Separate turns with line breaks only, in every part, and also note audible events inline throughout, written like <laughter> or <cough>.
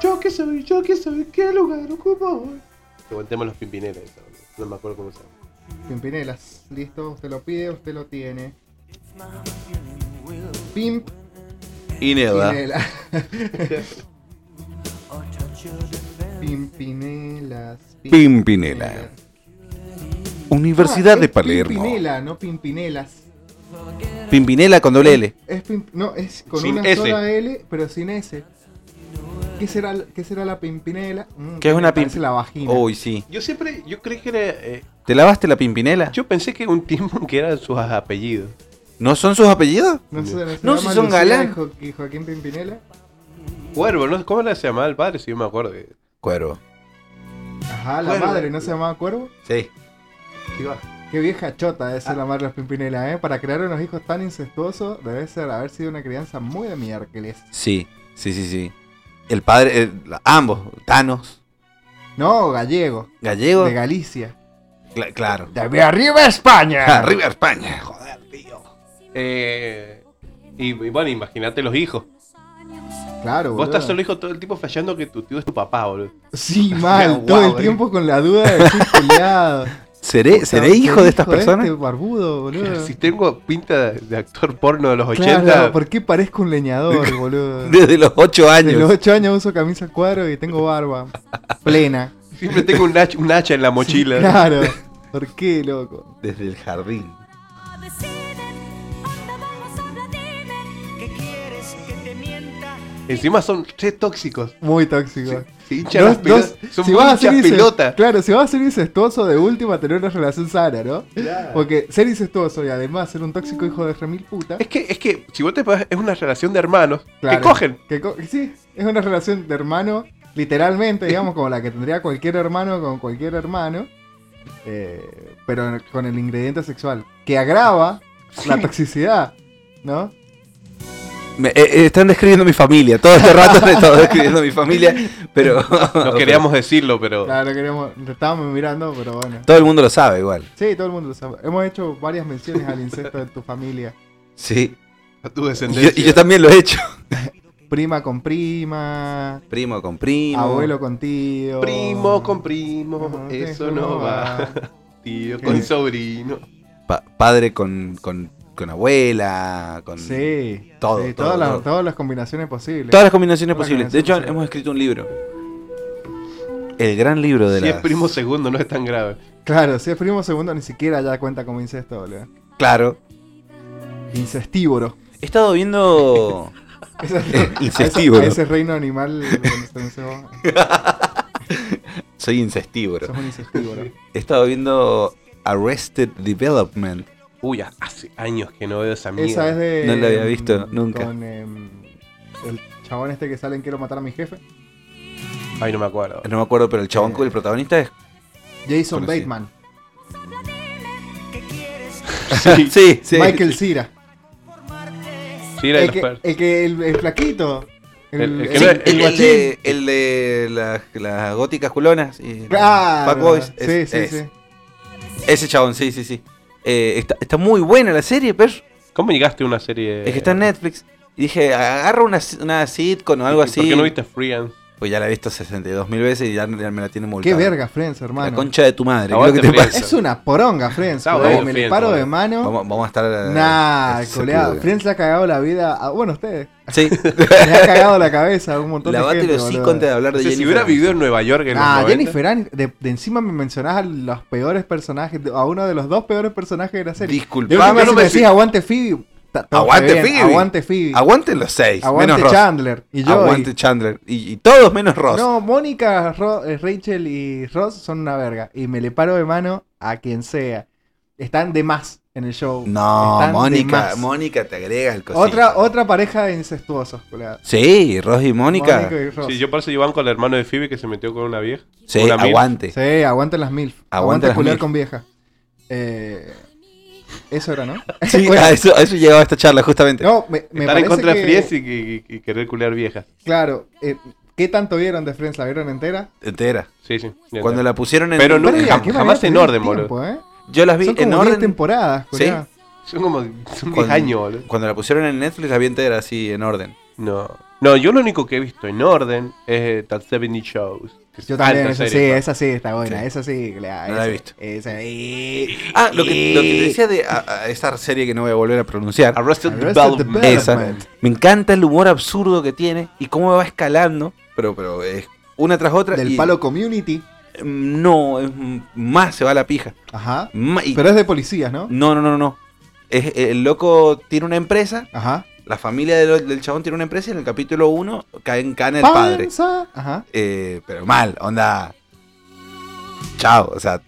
Yo que soy, yo que soy, ¿qué lugar ocupo hoy? Aguantemos los pimpinelas, esa, boludo. no me acuerdo cómo se llama.
Pimpinelas, listo, usted lo pide, usted lo tiene. Pimp
Inelda.
Pimpinela. Pimpinelas.
Pimpinela. Universidad
Ah,
de
es
Palermo. Pimpinela.
Pimpinela, no Pimpinelas.
con doble L.
Es pim- no, es con
Sin
una
S.
sola L, pero sin S. ¿Qué será, qué será la pimpinela? Mm,
¿Qué es una
parece
pimpi-
la vagina.
Uy, sí.
Yo siempre, yo creí que era. eh,
¿Te lavaste la Pimpinela?
yo pensé que un tiempo que eran sus apellidos.
¿No son sus apellidos?
No, sé, se
No,
llama
si son
Lucía
galán.
y Jo- y Joaquín Pimpinela.
Cuervo, ¿no? ¿cómo le se llamaba el padre? Si yo me acuerdo.
Cuervo.
Ajá, la
Cuervo.
madre, ¿no se llamaba Cuervo?
Sí.
¿Qué va?
Qué vieja chota es la madre de los Pimpinela, ¿eh? Para crear unos hijos tan incestuosos debe ser haber sido una crianza muy de miércoles.
Sí, sí, sí, sí. El padre, el- la- ambos, Thanos,
No, gallego,
gallego.
de Galicia.
Cla- claro. Ah,
¡De arriba España!
Arriba España, joder, tío.
Eh, y, y bueno, imagínate los hijos.
Claro,
Vos estás
boludo.
solo hijo todo el tiempo fallando que tu tío es tu papá, boludo.
Sí, mal,
Guau,
todo el
boludo.
tiempo con la duda de decir culiado.
¿Seré, seré
Puta,
hijo de estas personas?
Este barbudo, boludo.
Si tengo pinta de actor porno de los 80,
Claro, ¿por qué parezco un leñador, boludo?
<laughs> Desde los 8
De los
años.
8 años uso camisa al cuadro y tengo barba plena.
siempre tengo un hacha, un hacha en la mochila.
Claro. ¿Por qué, loco?
Desde el jardín.
Deciden, anda, vamos, habla, dime.
¿Qué quieres que te mienta?
Encima son re tóxicos.
Muy tóxico.
Se hinchan las
Dos- dos-
pelotas. Son muy
ser
hinchas
inces-
pelotas.
Claro, si vas a ser incestuoso, de última tener una relación sana, ¿no? Porque ser incestuoso y además ser un tóxico hijo de remil puta.
Es que, es que, si vos te pasas, es una relación de hermanos
Claro,
que cogen.
que co- sí, es una relación de hermano, literalmente, digamos, como la que tendría cualquier hermano con cualquier hermano, eh, pero con el ingrediente sexual, que agrava la toxicidad, ¿no?
Me- eh, eh, están describiendo mi familia. Todo este rato he estado describiendo mi familia. <laughs> Pero.
<laughs> No queríamos decirlo, pero.
Claro, queremos, lo estábamos mirando, pero bueno.
Todo el mundo lo sabe igual.
Sí, todo el mundo lo sabe. Hemos hecho varias menciones al incesto de tu familia.
Sí.
a tu
Y yo,
descendencia.
y yo también lo he hecho.
Prima con prima,
Primo con primo.
abuelo con tío.
Primo con primo,
Ajá,
eso no va. Tío
¿Qué?
con sobrino.
pa- padre con, con, con abuela. Con
Sí,
Todo,
sí,
todo,
todas, las,
todo.
todas las combinaciones posibles.
Todas las combinaciones
Todas las
posibles. De hecho,
combinaciones
hemos escrito un libro. El gran libro de
Si
las-
es primo segundo, no es tan grave.
Claro, si es primo segundo ni siquiera ya cuenta como incesto, boludo.
Claro. <laughs>
Incestívoro.
He
<laughs>
estado viendo.
Ese-
Incestívoro.
a ese- a ese reino animal donde se mencionó,
Soy incestívoro.
sos un incestívoro.
He estado viendo Arrested Development.
Uy, hace años que no veo esa mierda.
Esa es de.
No la había visto,
mm,
nunca.
Con em, el chabón este que sale en Quiero matar a mi jefe.
Ay, no me acuerdo.
No me acuerdo, pero el chabón, el protagonista es.
Jason
Conocido.
Bateman.
¿Qué
<laughs>
quieres
Sí, sí,
Michael Cira.
formarte?
era de
El
los
que,
per-
el que. El, el flaquito. El,
El- el que
Sí,
no
el,
el
el de, el de las, las góticas culonas y
Claro.
Fat Boys.
Sí,
Es-
sí,
es-
sí.
Ese chabón, sí, sí, sí. Eh, está, está muy buena la serie, pero
¿Cómo llegaste a una serie?
es que está en Netflix. Y dije, agarra una, una sitcom o algo
Eh. ¿Y
así.
¿Por qué no viste Friends?
Pues ya la he visto 62 mil veces y ya, ya me la tiene
Qué
multada.
verga, Friends,
La
hermano.
concha de tu madre. ¿qué es lo
Aguante,
que te
Friends.
pasa?
Es una poronga, Friends.
Está
boludo.
bueno,
me le
Friends,
paro de
boludo.
mano.
Vamos, vamos a estar. eh,
Nah,
se
coleado.
pudre.
Friends le ha cagado la vida. A, bueno,
<laughs>
ustedes. <laughs>
Sí.
Le ha cagado la cabeza a un montón de
Lavate
gente.
los hocico
boludo.
antes de hablar de
O sea, si
Jennifer
hubiera
Aniston.
vivido en Nueva York en
Ah,
los 90,
Jennifer Aniston. De, de encima me mencionás a los peores personajes. de- A uno de los dos peores personajes de la serie.
Disculpa,
De última vez
no
si
me
me decís
si-
aguante Phoebe. ta- ta-
Aguante
está bien,
Phoebe.
Aguante Phoebe.
Aguanten los seis. menos
Aguante
Ross.
Chandler. Y yo.
Aguante
y-
Chandler. Y, y todos menos Ross.
No, Mónica, Ro- eh, Rachel y Ross son una verga. Y me le paro de mano a quien sea. Están de más en el show.
No,
Están de
Mónica.
más.
Mónica te agrega el cosito.
Otra, otra pareja de incestuosos, colega.
Sí, Ross y Mónica.
Mónica y Ross.
Sí, yo por eso yo banco al hermano de Phoebe que se metió con una vieja.
Sí,
Hola, Mil.
aguante. <laughs>
Sí, aguanten las MILF.
Aguante
Aguante
las
culiar
MILF.
con vieja. Eh, eso era, ¿no?
<laughs> Sí,
<laughs>
ah,
Bueno,
a, eso, a eso llegaba esta charla, justamente.
no, me, me
Estar en
parece
contra
que-
de Friends y, y- y querer culear viejas.
Claro. eh, ¿Qué tanto vieron de Friends? ¿La vieron entera?
Entera.
Sí, sí. ya
Cuando
está.
la pusieron en.
Pero no-
Verga,
jam-
qué manera
jamás
de
en
tener
orden,
tiempo, ¿eh?
Yo las vi
Son
en
como 10
orden.
temporadas,
Sí.
colega.
Son como. Son 10
Cuando-
años, boludo.
Cuando la pusieron en Netflix, la vi entera así, en orden.
No. No, yo lo único que he visto en orden es eh, That 70 Shows. que es
Yo también,
alta
esa sí,
serie, ¿no?
esa sí está buena,
Sí.
esa sí, la,
No la he
esa-
visto.
Esa eh,
Ah, lo que, lo que te
eh.
decía de a- a esta serie que no voy a volver a pronunciar.
Arrested,
Arrested
Development.
Development.
Esa. Me encanta el humor absurdo que tiene y cómo va escalando. Pero, pero es una tras otra.
Del
y-
palo community.
No, es m- más se va la pija.
Ajá.
Ma- y- Mm.
Pero es de policías, ¿no?
No, no, no, no. Es, el loco tiene una empresa,
Ajá.
la familia del, del chabón tiene una empresa y en el capítulo 1 cae en cana el padre.
Panza. Ajá.
Eh, pero mal, onda. Chao, o sea,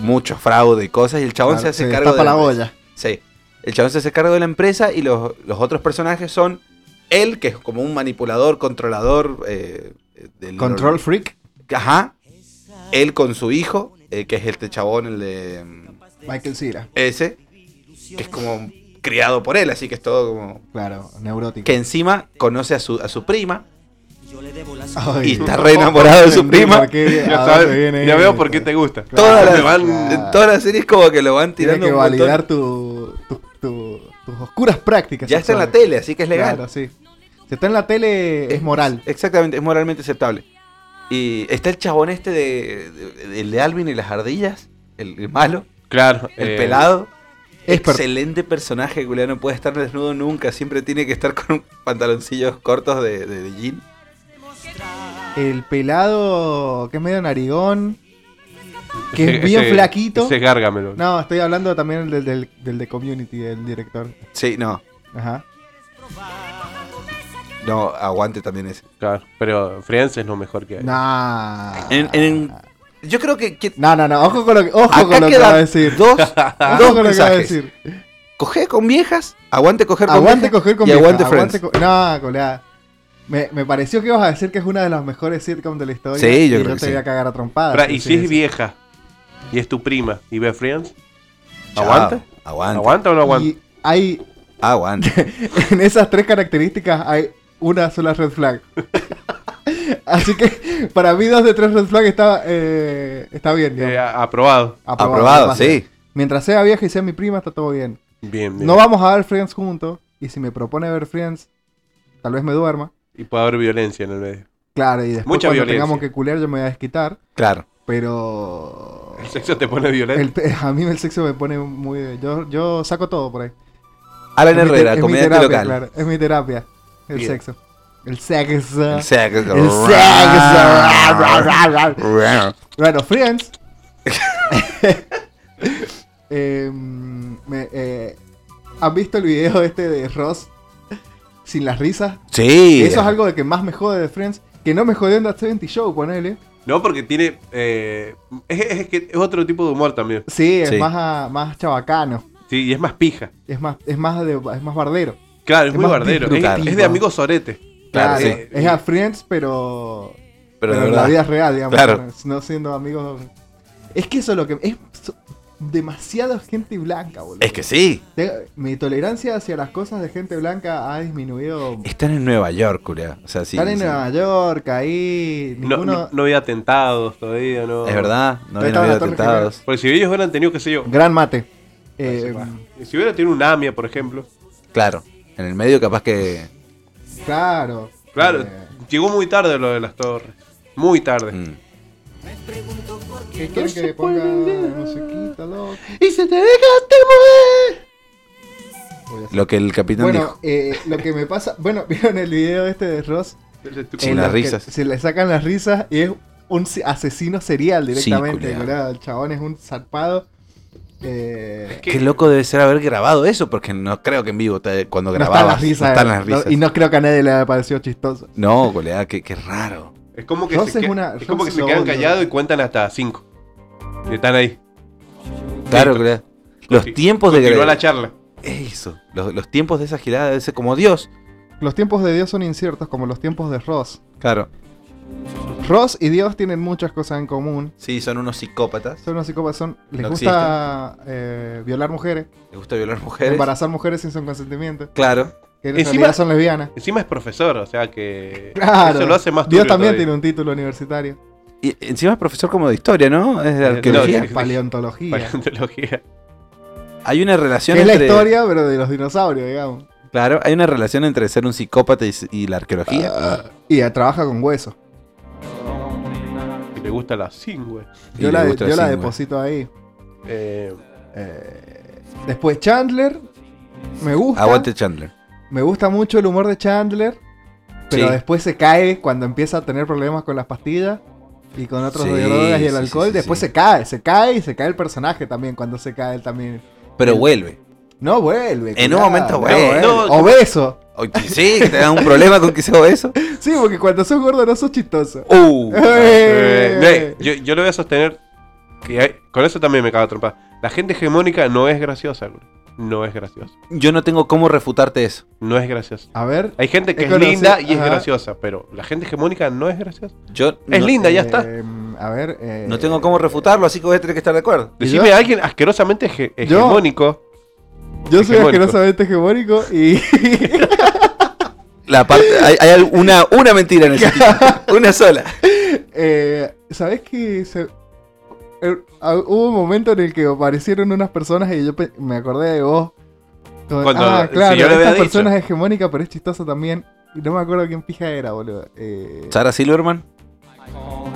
mucho fraude y cosas. Y el chabón
Claro,
se hace cargo.
tapa
de
la
empresa.
olla.
Sí. El chabón se hace cargo de la empresa y los, los otros personajes son él, que es como un manipulador, controlador. eh, del,
Control freak.
Ajá. Él con su hijo, eh, que es este chabón, el de. mm,
Michael Cera.
Ese, que es como criado por él, así que es todo como.
Claro, neurótico.
Que encima conoce a su, a su prima.
<laughs> Ay.
y está re enamorado de su
Entendí
prima.
por qué-
Ya
a
sabes,
dónde viene
ya veo
esto.
por qué te gusta.
Claro,
todas las-
claro.
En todas las series como que lo van
Tiene
tirando.
que
un montón.
validar tu, tu- tu- tus oscuras prácticas.
Ya está en la
sexuales.
tele, así que es legal.
Claro, sí. Si está en la tele, es moral.
Exactamente, es moralmente aceptable. Y está el chabón este de, de- el de Alvin y las ardillas, el, el malo,
Claro.
el
eh,
pelado.
es per-
Excelente personaje, Julián, no puede estar desnudo nunca, siempre tiene que estar con pantaloncillos cortos de, de, de jean.
El pelado que es medio narigón. Que
ese-
es bien
ese-
flaquito.
Ese gárgamelo.
No, estoy hablando también del, del, del de community, del director.
Sí, no,
Ajá.
no, aguante también ese.
Claro, pero Friends es lo mejor que hay.
Nah.
En- en- yo creo que, que
No, no, no. Ojo con lo que, ojo
acá
con lo que va a
quedan
decir. <laughs>
dos,
Ojo
dos
con lo que va a
mensajes.
decir.
Coger con viejas, aguante coger con
Aguante
viejas
coger con
y
vieja,
aguante Friends.
co- no, colega. Me, me pareció que ibas a decir que es una de las mejores sitcoms de la historia.
Sí, yo
y
creo que
te
sí.
voy a cagar a trompadas.
Ahora,
Sí,
y
sí,
si es
sí.
vieja y es tu prima y ve Friends,
Chao,
¿aguanta?
Aguante.
¿Aguanta o no aguanta?
Y hay, <laughs>
Aguante.
en esas tres características hay una sola red flag. <laughs> Así que para mí dos de tres red flag está, eh, está bien. digamos.
Eh, a- aprobado.
Aprobado,
además.
sí.
Mientras sea vieja y sea mi prima, está todo bien.
Bien, bien.
No vamos a ver Friends juntos. Y si me propone ver Friends, tal vez me duerma.
Y puede haber violencia en el medio.
Claro, y después
Mucha
cuando
violencia.
tengamos que culear yo me voy a desquitar.
Claro.
Pero.
El sexo te pone violento.
El pe- <laughs> a mí el sexo me pone muy. Yo, yo saco todo por ahí.
Alan
Es mi te-
Herrera,
es mi
comediante
terapia,
local.
claro, es mi terapia. El
Bien.
sexo. El sexo.
El sexo.
El
Ah.
<laughs> sexo. Bueno, Friends.
<laughs>
Eh, me- eh, ¿Han visto el video este de Ross sin las risas?
Sí.
Eso es algo de que más me jode de Friends. Que no me jodió en That 70 Show, ponele.
No, porque tiene. eh, es, es que es otro tipo de humor también.
Sí, es
Sí.
más, a- más chabacano.
Sí, y es más pija.
Es más, es más, de, es más bardero.
Claro,
Es
es, muy
más
bardero. Es,
disfrutable.
es de amigos sorete.
Claro,
Claro, sí.
Ah, es a Friends, pero, pero,
Pero de
en la
verdad.
vida es real, digamos.
Claro.
No siendo amigos. Es que eso es lo que. Es so- demasiada gente blanca, boludo.
Es que sí.
Te- Mi tolerancia hacia las cosas de gente blanca ha disminuido.
Están en Nueva York, Julia. O sea, sí.
Están en
sí.
Nueva York, ahí.
No,
Ninguno.
no- no había atentados todavía, ¿no?
Es verdad. No
Ahí
habían
está la
habido
Torre
atentados.
Porque si ellos hubieran tenido, qué sé yo.
Gran mate.
Ah,
Eh,
Si hubieran tenido un AMIA, por ejemplo.
Claro. En el medio, capaz que.
claro.
Claro,
Eh,
llegó muy tarde lo de las torres. Muy tarde.
mm.
¿Qué quieren que le ponga musiquita, loco?
Y se te dejaste mover.
Voy a hacer-
Lo que el capitán
Bueno,
dijo.
eh, lo que me pasa. Bueno, <laughs> ¿vieron el video este de Ross?
Sin
en
las
los que
risas.
Se le sacan las risas y es un si- asesino serial directamente.
culiao.
boludo. El chabón es un zarpado. Eh,
Qué loco debe ser haber grabado eso, porque no creo que en vivo te- cuando
no
grababas.
están las risas. eh.
no están las
no-
risas.
y no creo que a nadie le haya parecido chistoso.
No, colega, qué, qué raro.
Es como que,
Ross
se,
es
que-
una-
es como
Ross
que
es
se
lo
quedan
odio.
callados y cuentan hasta 5. Están ahí.
Claro,
Listo.
colega. Los
Conti-
tiempos de
Continúa
gra-
la charla.
Eso. Los, los tiempos de esa girada debe ser como Dios.
Los tiempos de Dios son inciertos, como los tiempos de Ross.
Claro.
Ross y Dios tienen muchas cosas en común.
Sí, son unos psicópatas.
Son unos psicópatas, son, les
No
gusta eh, violar mujeres,
Les gusta violar mujeres.
embarazar mujeres sin su consentimiento,
Claro.
que en
Encima-
realidad son lesbianas.
Encima es profesor, o sea que.
Claro,
Eso lo hace más
Dios
turbio
también tiene
todavía.
un título universitario.
Y encima es profesor como de historia, ¿no? Es de
No,
arqueología.
sí.
Paleontología.
<laughs> Paleontología.
Hay una relación
es la
entre-
historia, pero de los dinosaurios, digamos.
Claro, hay una relación entre ser un psicópata y, y la arqueología.
Y eh, trabaja con hueso.
Y me gusta la sin, güey.
Y
Yo
le
la,
gusta
yo la
Singh, güey.
deposito ahí.
Eh,
Eh, después Chandler. Me gusta.
Aguante Chandler.
Me gusta mucho el humor de Chandler. Pero
Sí.
después se cae cuando empieza a tener problemas con las pastillas. Y con otros
Sí,
drogas y el
sí,
alcohol.
sí, sí,
después
sí.
se cae, se cae y se cae el personaje también. Cuando se cae él también.
Pero vuelve.
No vuelve.
En un momento vuelve.
No,
Obeso.
Oye, Sí, que tengas un problema con que sea eso.
Sí, porque cuando sos gordo no sos chistoso.
Uh,
eh,
¡Ey!
ve, yo, yo lo voy a sostener. Que hay- con eso también me cago a trompada. La gente hegemónica no es graciosa, güey. No es graciosa.
yo no tengo cómo refutarte eso.
No es graciosa.
A ver.
Hay gente que
He
es
conocido-
linda y es
ajá.
graciosa, pero la gente hegemónica no es graciosa.
Yo
Es
no,
linda, ya está.
eh, a ver. eh,
No tengo cómo refutarlo, así que voy a tener que estar de acuerdo.
Decime
yo?
a alguien asquerosamente hege-
Yo.
hegemónico.
Yo soy
hegemónico.
asquerosamente hegemónico y. <laughs>
La parte, hay, hay al- una, una mentira en el sitio. <laughs> Una sola.
Eh, ¿Sabes que se- er- ah, hubo un momento en el que aparecieron unas personas y yo pe- me acordé de vos? Como,
Cuando-
ah,
si
claro,
yo le
esta
hubiera
persona es hegemónica, pero es chistosa también. Y no me acuerdo quién pija era, boludo. Eh,
Sara Silverman.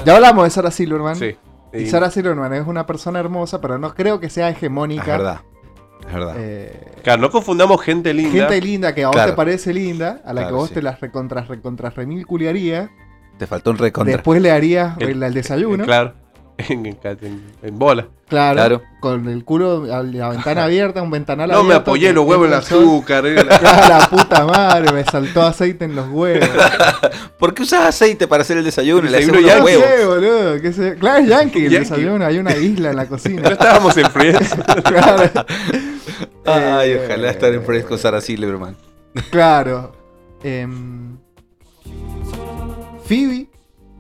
ya hablamos de Sara Silverman.
Sí.
Y
Y-
Sara Silverman es una persona hermosa, pero no creo que sea hegemónica.
Es verdad. Es verdad.
Eh,
Claro, no confundamos gente linda.
gente linda que a vos
Claro.
te parece linda, a la que
Claro,
vos
sí.
te las recontra, recontra, remil culiarías.
Te faltó un recontra.
Después le harías
El-
el, el desayuno.
Claro. <laughs> En, en- en- en bola.
Claro,
Claro.
Con el culo, a la ventana abierta, un ventanal
No
abierto.
me apoyé
que
los huevos en el
entra el sol.
azúcar. en la- <laughs>
Ah, la puta madre, me saltó aceite en los huevos.
¿Por qué usas aceite para hacer el desayuno?
El
Le haces
desayuno
unos
No
huevos.
sé, boludo. qué sé yo. Claro, es yankee el
Yankee.
desayuno. Hay una isla en la
No <laughs>
cocina.
estábamos en
<laughs>
Friends.
claro,
Ay,
Eh,
ojalá estar en Friends con Sara Silverman.
claro. Em, Phoebe,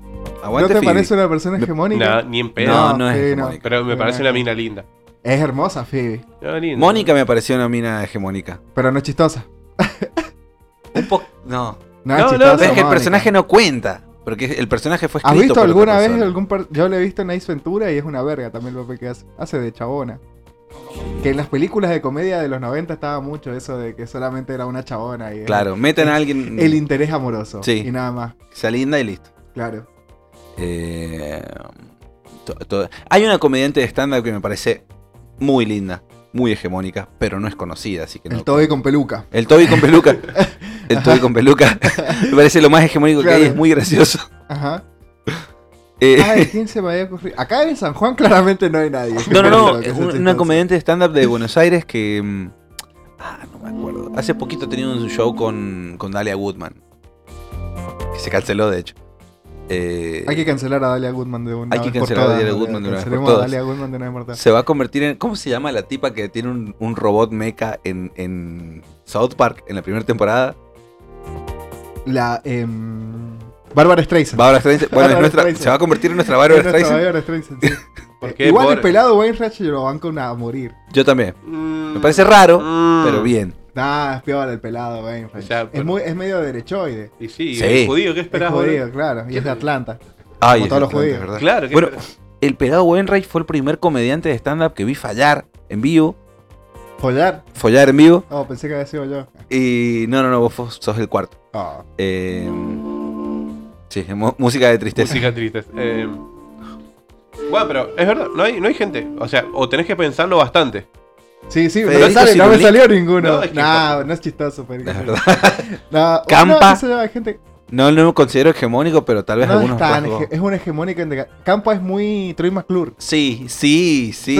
¿no
Aguante,
te
Phoebe.
parece una persona
No,
hegemónica?
ni en pedo.
No, no es
Phoebe, no.
hegemónica.
Pero me
no,
parece
no.
una mina linda.
Es hermosa Phoebe,
No, linda.
Mónica me pareció una mina hegemónica.
pero no es chistosa.
Un poco. No.
No, es
No, no,
chistosa.
Ves que el
Mónica.
personaje no cuenta. Porque el personaje Pues fue
¿Has visto
escrito por otra
alguna vez
persona.
algún per- Yo le he visto en Ace Ventura y es una verga también el papel que hace. Hace de chabona. Que en las películas de comedia de los 90 estaba mucho eso de que solamente era una chabona y era
Claro, meten a alguien
el interés amoroso.
Sí.
Y nada más,
que sea linda y listo.
claro.
Eh, to- to- Hay una comediante de stand-up que me parece muy linda, muy hegemónica, pero no es conocida, así que no.
el Toby con peluca.
El Toby con peluca. El Toby con
<laughs>
peluca. me parece lo más hegemónico que hay,
Claro.
es muy gracioso.
Ajá.
Eh,
Ay, ¿quién se me había ocurrido? Acá en San Juan claramente no hay nadie.
No, no, <laughs> no.
Que sea
un- Una
chistoso.
comediante de stand-up de Buenos Aires que. mm, Ah, no me acuerdo. Hace poquito tenía un show con, con Dalia Woodman. Que se canceló, de hecho. Eh,
Hay que cancelar a Dalia Goodman de una
Hay que
vez por
cancelar a
todas,
Dalia
boludo.
Goodman de una vez por
Cancelemos a
todas.
Dalia Goodman de una vez por todas.
se va a convertir en. ¿Cómo se llama la tipa que tiene un, un robot mecha en, en South Park en la primera temporada?
La. em, Bárbara Streisand.
Bárbara Streisand. Bueno, es
Bárbara
nuestra-
Streisand.
se va a convertir en nuestra Bárbara
Es nuestra
Streisand.
Bárbara Streisand, sí.
Eh,
¿Por qué?
Igual el
Por-
pelado Wainwright yo lo banco una- a morir.
Yo también.
Mm,
Me parece raro,
mm.
pero bien.
Nah, es peor el pelado Wainwright.
O sea,
es,
pero-
muy, es medio derechoide.
Y sí,
Sí.
el judío, ¿qué
Es
esperás,
judío,
boludo?
claro. Y es de Atlanta.
Ay,
Como todos los
es verdad,
judíos.
es verdad.
Claro, ¿qué
Bueno,
esperás?
el pelado Wainwright fue el primer comediante de stand-up que vi fallar en vivo.
¿Follar?
Follar en vivo.
Oh, pensé que había sido yo.
Y no, no, no, vos fos- sos el cuarto.
Oh.
Eh, sí, mu- música de tristeza.
Música triste. Eh, bueno, pero es verdad, no hay, no hay gente. O sea, o tenés que pensarlo bastante.
Sí, sí,
Federico
no, sale, no me
Cirulnik.
salió ninguno.
No,
No,
es que-
no es chistoso, Federico.
Es
Cirulnik.
verdad.
<laughs> No,
Campa.
no, qué sé yo, hay gente-
No lo considero hegemónico, pero tal vez
no es
algunos.
tan.
rasgos-
hege- Es un hegemónico. en deca- Campa es muy Troy McClure.
Sí, sí,
<laughs>
sí.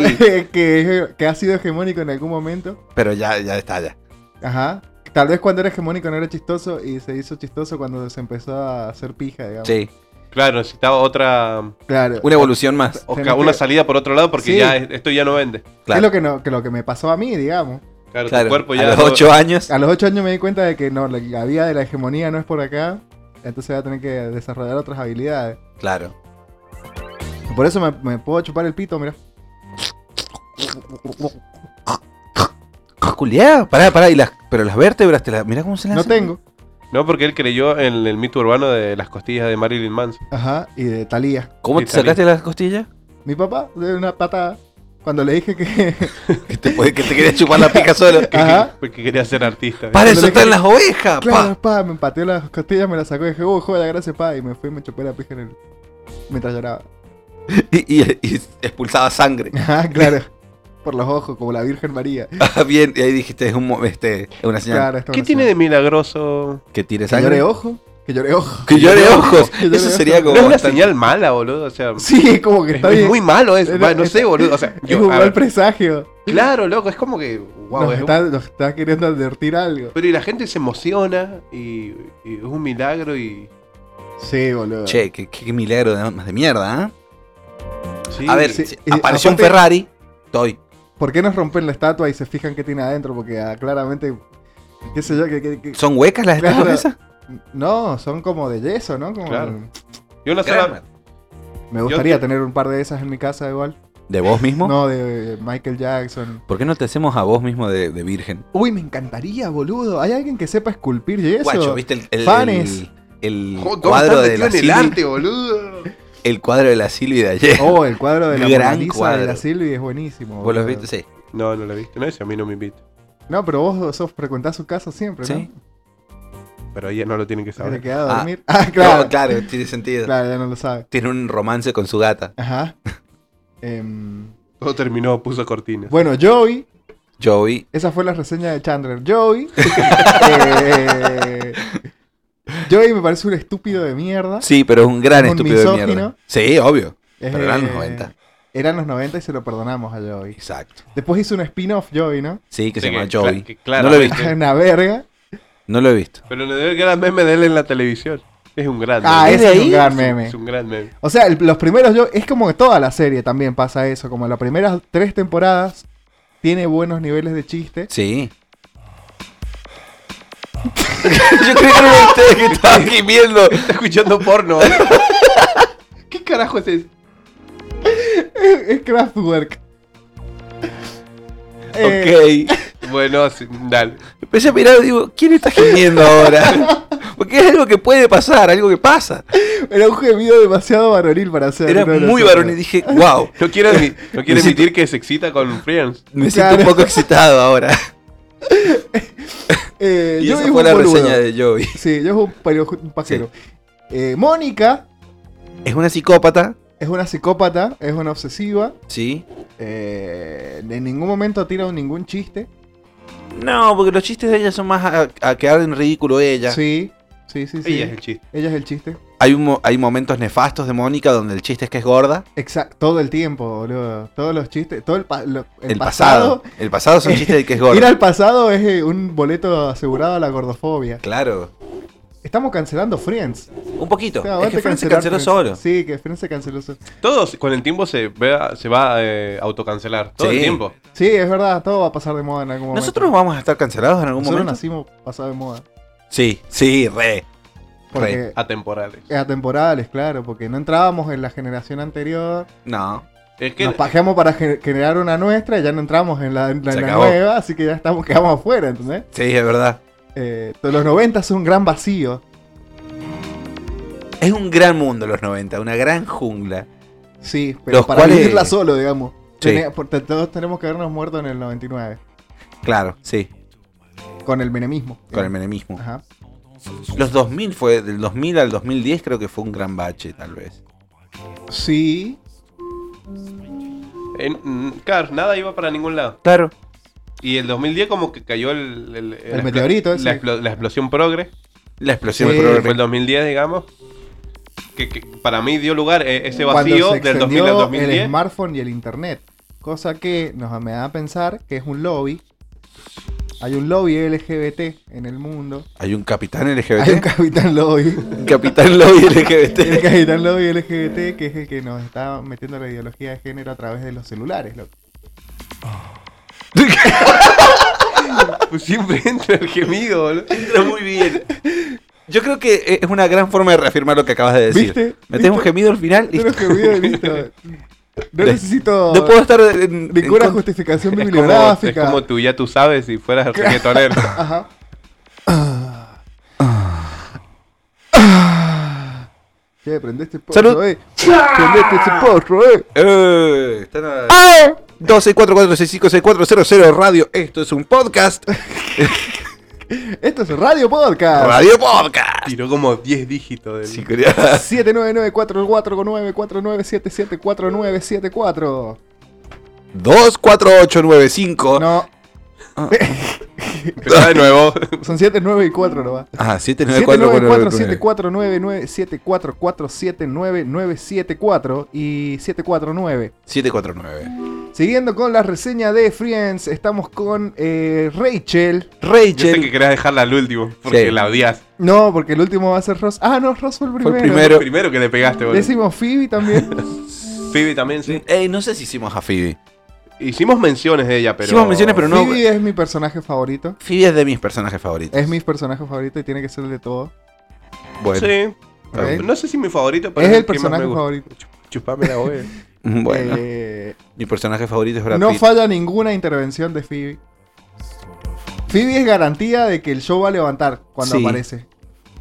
que, que ha sido hegemónico en algún momento.
pero ya, ya está, ya.
Ajá. Tal vez cuando era hegemónico no era chistoso y se hizo chistoso cuando se empezó a hacer pija, digamos.
Sí.
Claro, necesitaba otra.
Claro.
Una evolución más.
o ca-
Tenés
una
que-
salida por otro lado porque
Sí.
ya es- esto ya no vende.
Es lo
Claro.
que, no, que lo que me pasó a mí, digamos.
Claro,
Claro,
tu cuerpo
a
ya.
los
no-
ocho años.
A los ocho años me di cuenta de que no, la, la vía de la hegemonía no es por acá. Entonces voy a tener que desarrollar otras habilidades.
Claro.
Por eso me, me puedo chupar el pito, mira.
Culeado. Ah, Pará, pará. Y las, pero las vértebras, te las, mirá cómo se las
No
hacen.
tengo.
No, porque él creyó en el mito urbano de las costillas de Marilyn Manson.
Ajá. Y de Talía.
¿Cómo te
Italia.
sacaste las costillas?
Mi papá, de una patada. cuando le dije
<laughs>
que.
<laughs>
<laughs>
Que te, puede- que te quería chupar la pica solo.
Ajá.
Porque quería ser artista.
Para eso
Cuando le
están
dije-
las ovejas,
Claro,
pa.
pa, me empateó las costillas, me las sacó y dije, oh, joder, gracias, pa. Y me fui y me chupé la pija en el. Mientras lloraba. <laughs>
Y, y- y expulsaba sangre.
Ajá, claro. Por los ojos, como la Virgen María.
Ah, bien, y ahí dijiste, es, un, mo- este, es una señal.
Claro, esto
¿Qué
me
tiene
suena.
de milagroso?
Que tire
Que
sangre.
llore ojo. Que llore ojo.
Que llore
<laughs>
ojos.
Que llore
Eso
ojos.
sería
No
como.
es una
bastante-
señal mala, boludo. O sea,
Sí, es como que
es,
está
es
bien.
muy malo eso.
Es-
va, no
es-
sé, boludo. O sea,
es
yo-
un
a
mal
ver,
presagio.
<laughs> claro, loco. Es como que. Wow,
nos,
es un-
está, nos está queriendo advertir algo.
Pero y la gente se emociona y, y es un milagro y.
Sí, boludo.
Che, qué, qué milagro de, más de mierda, ¿eh?
sí,
A ver,
sí.
si-
Eh,
apareció un
aparte-
Ferrari. Estoy.
¿Por qué nos rompen la estatua y se fijan qué tiene adentro? Porque ah, claramente. ¿Qué sé yo? Que, que- que-
¿Son huecas las
Claro.
estatuas esas?
No, son como de yeso, ¿no? Como-
Claro. Yo una
Kramer.
sola.
Me gustaría
Yo-
tener un par de esas en mi casa, igual.
¿De vos mismo?
No, de Michael Jackson.
¿Por qué no te hacemos a vos mismo de, de virgen?
Uy, me encantaría, boludo. ¿Hay alguien que sepa esculpir yeso?
Guacho, ¿viste el, el,
Fanes. Oh,
el- el
Joder, ¿cómo estás
cuadro
metido
de la
en el
Silvi?
arte, boludo?
El cuadro de la Silvi de ayer.
Oh, el cuadro de la
Gran
Mona Lisa
cuadro.
de la Silvi es buenísimo.
<laughs> ¿Vos los
boludo.
viste? Sí.
No, no la viste. No, ese a mí no me invita.
No, pero vos sos, frecuentás su casa siempre, ¿no?
Sí.
Pero ella no lo tiene que
Se le
saber.
queda a
Ah.
dormir. <laughs> Ah,
Claro,
claro. claro.
claro, tiene sentido.
ya no lo sabe.
Tiene un romance con su gata. <laughs>
Ajá. Em,
Todo terminó, puso cortinas.
bueno, Joey.
Joey.
Esa fue la reseña de Chandler. Joey. <laughs> eh, Joey me parece un estúpido de mierda.
Sí, pero es un gran
Un
estúpido de
misógino.
mierda. Sí, obvio.
Eh,
Pero eran los 90.
Eran los 90 y se lo perdonamos a Joey.
Exacto.
Después hizo un spin-off Joey, ¿no?
Sí, que
Sí,
se llama
que-
Joey.
que claramente-
no lo he visto.
<laughs> Una verga.
No lo he visto.
Pero no debe gran meme de él en la televisión. Es un gran
Ah,
meme.
ese es un gran
un-
meme.
Es un gran meme.
O sea, el- los primeros yo es como que toda la serie también pasa eso, como las primeras tres temporadas tiene buenos niveles de chiste.
<laughs>
Sí. Yo creo que era ustedes que estaban aquí
<laughs>
viendo.
Está escuchando porno. ¿Qué carajo es eso?
es Kraftwerk. Eh,
Ok.
Bueno, sí, dale.
Empecé a mirar y digo, ¿quién está gimiendo
<laughs>
ahora? Porque es algo que puede pasar, algo que pasa.
Era un gemido demasiado varonil para hacer.
Era muy varón y dije, wow,
No
<laughs>
quiero, admi- no quiero
Me siento-
admitir que se excita con Friends.
me siento
Claro.
un poco excitado
<laughs>
ahora.
Eh,
Y
yo
esa
vivo
fue
un
la
boludo.
reseña de Joey.
Sí, yo un, paju- un pajero. Eh, Mónica
Es una psicópata,
es una psicópata, es una obsesiva.
¿sí?
eh, en ningún momento tira un ningún chiste.
No, porque los chistes de ella son más a, a quedar en ridículo ella.
Sí, sí, sí, sí.
Ella es el chiste.
Ella es el chiste.
Hay, un mo- hay momentos nefastos de Mónica donde el chiste es que es gorda.
Exacto, todo el tiempo, boludo. Todos los chistes, todo el, pa- lo-
El, pasado. El pasado son chistes de que es gorda.
Ir al pasado es eh, un boleto asegurado a la gordofobia.
Claro.
Estamos cancelando Friends.
Un poquito.
Te
es
aguante
que Friends se
cancelar
canceló
Friends.
solo.
Sí, que Friends se canceló solo.
Todos con el tiempo se, vea- se va a eh, autocancelar. Todo
Sí.
el tiempo.
Sí, es verdad, todo va a pasar de moda en algún momento.
¿Nosotros vamos a estar cancelados en algún
Nosotros
momento?
nacimos pasado de moda.
Sí, sí, re.
Porque
Atemporales.
es atemporales, claro, porque no entrábamos en la generación anterior.
No.
Es que
Nos pajeamos para ge- generar una nuestra y ya no entramos en la, en la-
Se
en la
acabó.
nueva, así que ya estamos quedamos afuera, ¿entendés?
Sí, es verdad.
Eh, los 90 son un gran vacío.
Es un gran mundo los 90, una gran jungla.
Sí, pero
Los
para
cuales-
vivirla solo, digamos.
Sí.
Tene- por- te- todos tenemos que habernos muerto en el 99.
Claro, sí,
Con el menemismo.
con el menemismo.
Ajá.
Los 2000 fue, del 2000 al 2010 creo que fue un gran bache, tal vez.
Sí.
en- mm, claro, nada iba para ningún lado.
Claro.
Y el 2010 como que cayó el... El, la explo-
meteorito ese.
La, explo- la explosión progre.
La explosión
Sí.
del
Fue el
programa.
2010, digamos. Que, que para mí dio lugar eh, ese
Cuando
vacío
se
del
extendió
2000 al
el
2010.
smartphone y el internet. Cosa que nos me da a pensar que es un lobby. Hay un lobby LGBT en el mundo.
Hay un capitán
Hay un
LGBT.
capitán
<laughs>
lobby.
Un capitán
<laughs>
lobby
El
LGBT.
capitán lobby LGBT que es el que nos está metiendo la ideología de género a través de los celulares. loco.
<laughs> Pues Siempre entra el gemido, boludo.
<laughs>
Entra muy bien.
Yo creo que e-, es una gran forma de reafirmar lo que acabas de decir.
¿Viste?
Metes un
¿Viste?
gemido al final y
Pero que bien,
<laughs>
listo. No
De-
necesito
no puedo estar en, en
ninguna
con-
justificación
Es como, es
bibliográfica.
como tú ya tú sabes si fueras
<laughs>
reggaetonero.
Ajá. Che, prendeste el porro,
Salud.
este eh. Prendeste ese porro, eh.
¡Eh! Están a-
¡Ah!
1244656400 Radio. Esto es
<laughs>
un podcast.
Esto es Radio Podcast.
Radio Podcast.
Tiró como 10 dígitos del.
Sí, quería-
799-449-4977-4974.
24895.
No,
Empezá
<laughs>
de nuevo.
son 7, 9 y 4 nomás.
Ah, 794.
794-749-974-479-974 y 749.
749.
Siguiendo con la reseña de Friends, estamos con eh, Rachel.
Yo sé que
Rachel
querías dejarla al último, porque
Sí.
la odias.
No, porque el último va a ser Ross. Ah, no, Ross fue el primero.
Fue el
Pero,
Pero-
primero que le pegaste, boludo.
Decimos Phoebe también.
Phoebe también, sí.
Ey, no sé si hicimos a Phoebe.
Hicimos menciones de ella, pero.
Hicimos menciones, pero no.
Phoebe es mi personaje favorito.
Phoebe es de mis personajes favoritos.
Es mi personaje favorito y tiene que ser el de todo.
Bueno.
Sí.
Ok.
No sé si mi favorito, pero
¿Eh? es el
que más me
personaje
gusta.
favorito.
Chupame la
<laughs>
boe.
<laughs> Bueno.
Eh,
Mi personaje favorito es Brad
no
Pitt.
falla ninguna intervención de Phoebe. Phoebe es garantía de que el show va a levantar cuando
Sí.
aparece.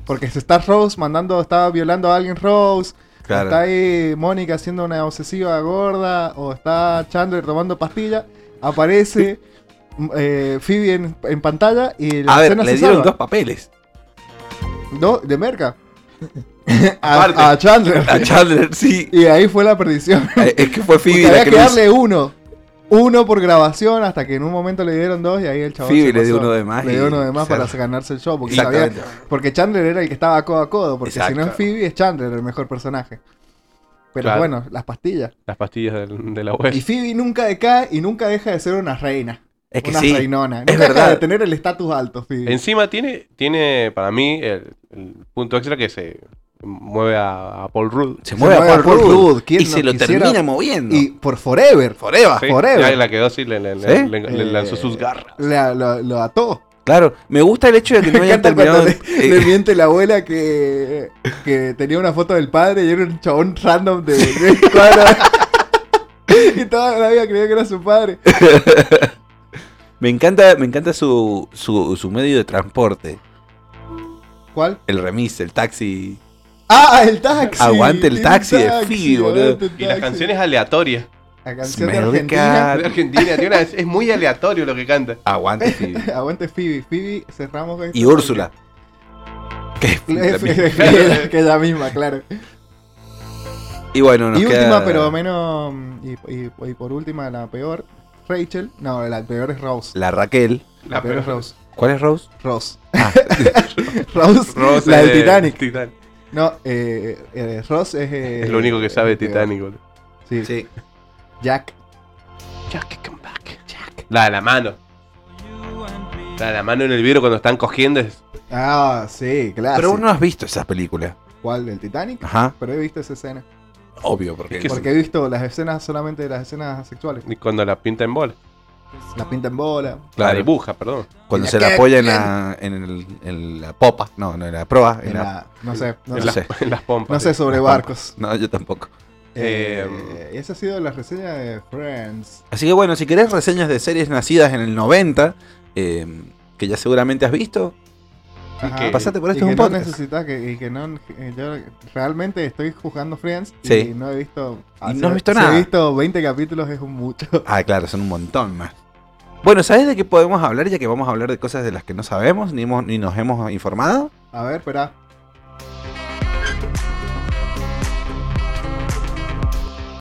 Porque se está Rose mandando, está violando a alguien Rose.
Claro.
Está ahí Mónica haciendo una obsesiva gorda. O está Chandler tomando pastilla. Aparece m- eh, Phoebe en, en pantalla y la
A ver,
escena
le
se
dieron
salva.
dos papeles.
No, de merca. a, a
Aparte.
Chandler.
<laughs>
<laughs>
A Chandler, sí.
Y ahí fue la perdición.
Eh, Es que fue
Porque
Phoebe la
había
que
que
lo hizo.
darle uno. Uno por grabación hasta que en un momento le dieron dos y ahí el chaval.
Phoebe
se
le dio
pasó.
uno de más
Le
y-
dio uno de más
o sea,
para ganarse el show. Porque, sabía-
Exactamente.
porque Chandler era el que estaba codo a codo. Porque si no es
Exacto.
Phoebe, es Chandler el mejor personaje. Pero
Claro.
bueno, las pastillas.
Las pastillas del- de la web.
Pues-
Y Phoebe nunca decae y nunca deja de ser una reina.
Es que
una
sí.
reinona.
es
Nunca deja
verdad.
de tener el estatus alto, Phoebe.
Encima tiene, tiene para mí, el, el punto extra que se mueve a, a Paul Rudd.
Se mueve
mueve
a Paul Rudd
¿Quién
y
no
se lo
quisiera?
termina moviendo.
Y por forever.
Forever.
Sí,
Forever.
Ya la quedó así, le, le- le-
¿Sí?
le- le lanzó
Eh,
sus garras.
la- lo, lo ató.
Claro, me gusta el hecho de que
<laughs>
no
Me
hayan
encanta cuando
terminado.
le,
eh, <laughs>
le miente la abuela que, que tenía una foto del padre y era un chabón random de, de cuadro. <laughs> y toda la vida creía que era su padre.
me encanta, me encanta su, su, su medio de transporte.
¿Cuál?
El remis, el taxi.
¡Ah, el taxi!
Aguante el
Tiene un
taxi de Phoebe, boludo.
aguante el
Y las
taxi.
canciones aleatorias.
La canción de
Smell the
Argentina.
car.
De Argentina, tiene una- es, es muy aleatorio lo que canta.
Aguante,
<laughs>
Phoebe.
Aguante Phoebe. Phoebe, cerramos con
Y
esto.
Úrsula.
<laughs>
Que es la misma.
que que la misma, claro.
y bueno, nos
y
queda-
última, pero menos. Y, y- y por última, la peor, Rachel. No, la peor es Rose.
La Raquel.
La, peor es Rose.
¿Cuál es Rose?
Rose. <laughs>
Ah.
Rose,
Rose
la
es
del Titanic.
Titan-
No, eh, eh, Ross es. eh,
Es lo único que sabe de
el peor.
Titanic, boludo.
Sí.
Sí.
Jack.
Jack, come back. Jack. La de la mano. La de la mano en el vidrio cuando están cogiendo es
Ah, sí, claro.
Pero vos no has visto esa película.
¿Cuál? ¿El Titanic?
Ajá.
Pero he visto esa escena.
Obvio, porque.
Es que-
Porque he visto las escenas solamente de las escenas sexuales.
y cuando la pinta en bola.
La pinta en bola.
La
Claro.
dibuja, perdón.
Cuando
Y
se
la
la
que-
apoya en la, en, el- en la popa, no, no, en la proa, en
en
la-
la- no sé, no,
en,
sé.
las-
sé.
<laughs> en las pompas.
No sé sobre
la
barcos.
No, yo tampoco.
Eh,
Eh,
esa ha sido la reseña de Friends.
Así que bueno, si querés reseñas de series nacidas en el 90, eh, que ya seguramente has visto,
Ajá.
que-
pasate por
Y
esto
que
es un
no
podcast.
necesitas que, y que no eh, yo realmente estoy jugando Friends y
Sí.
no he visto
Y no has visto
si
nada.
he visto 20 capítulos es un mucho <laughs>
Ah, claro, son un montón más. Bueno, ¿sabes de qué podemos hablar? Ya que vamos a hablar de cosas de las que no sabemos ni, hemos- ni nos hemos informado.
a ver espera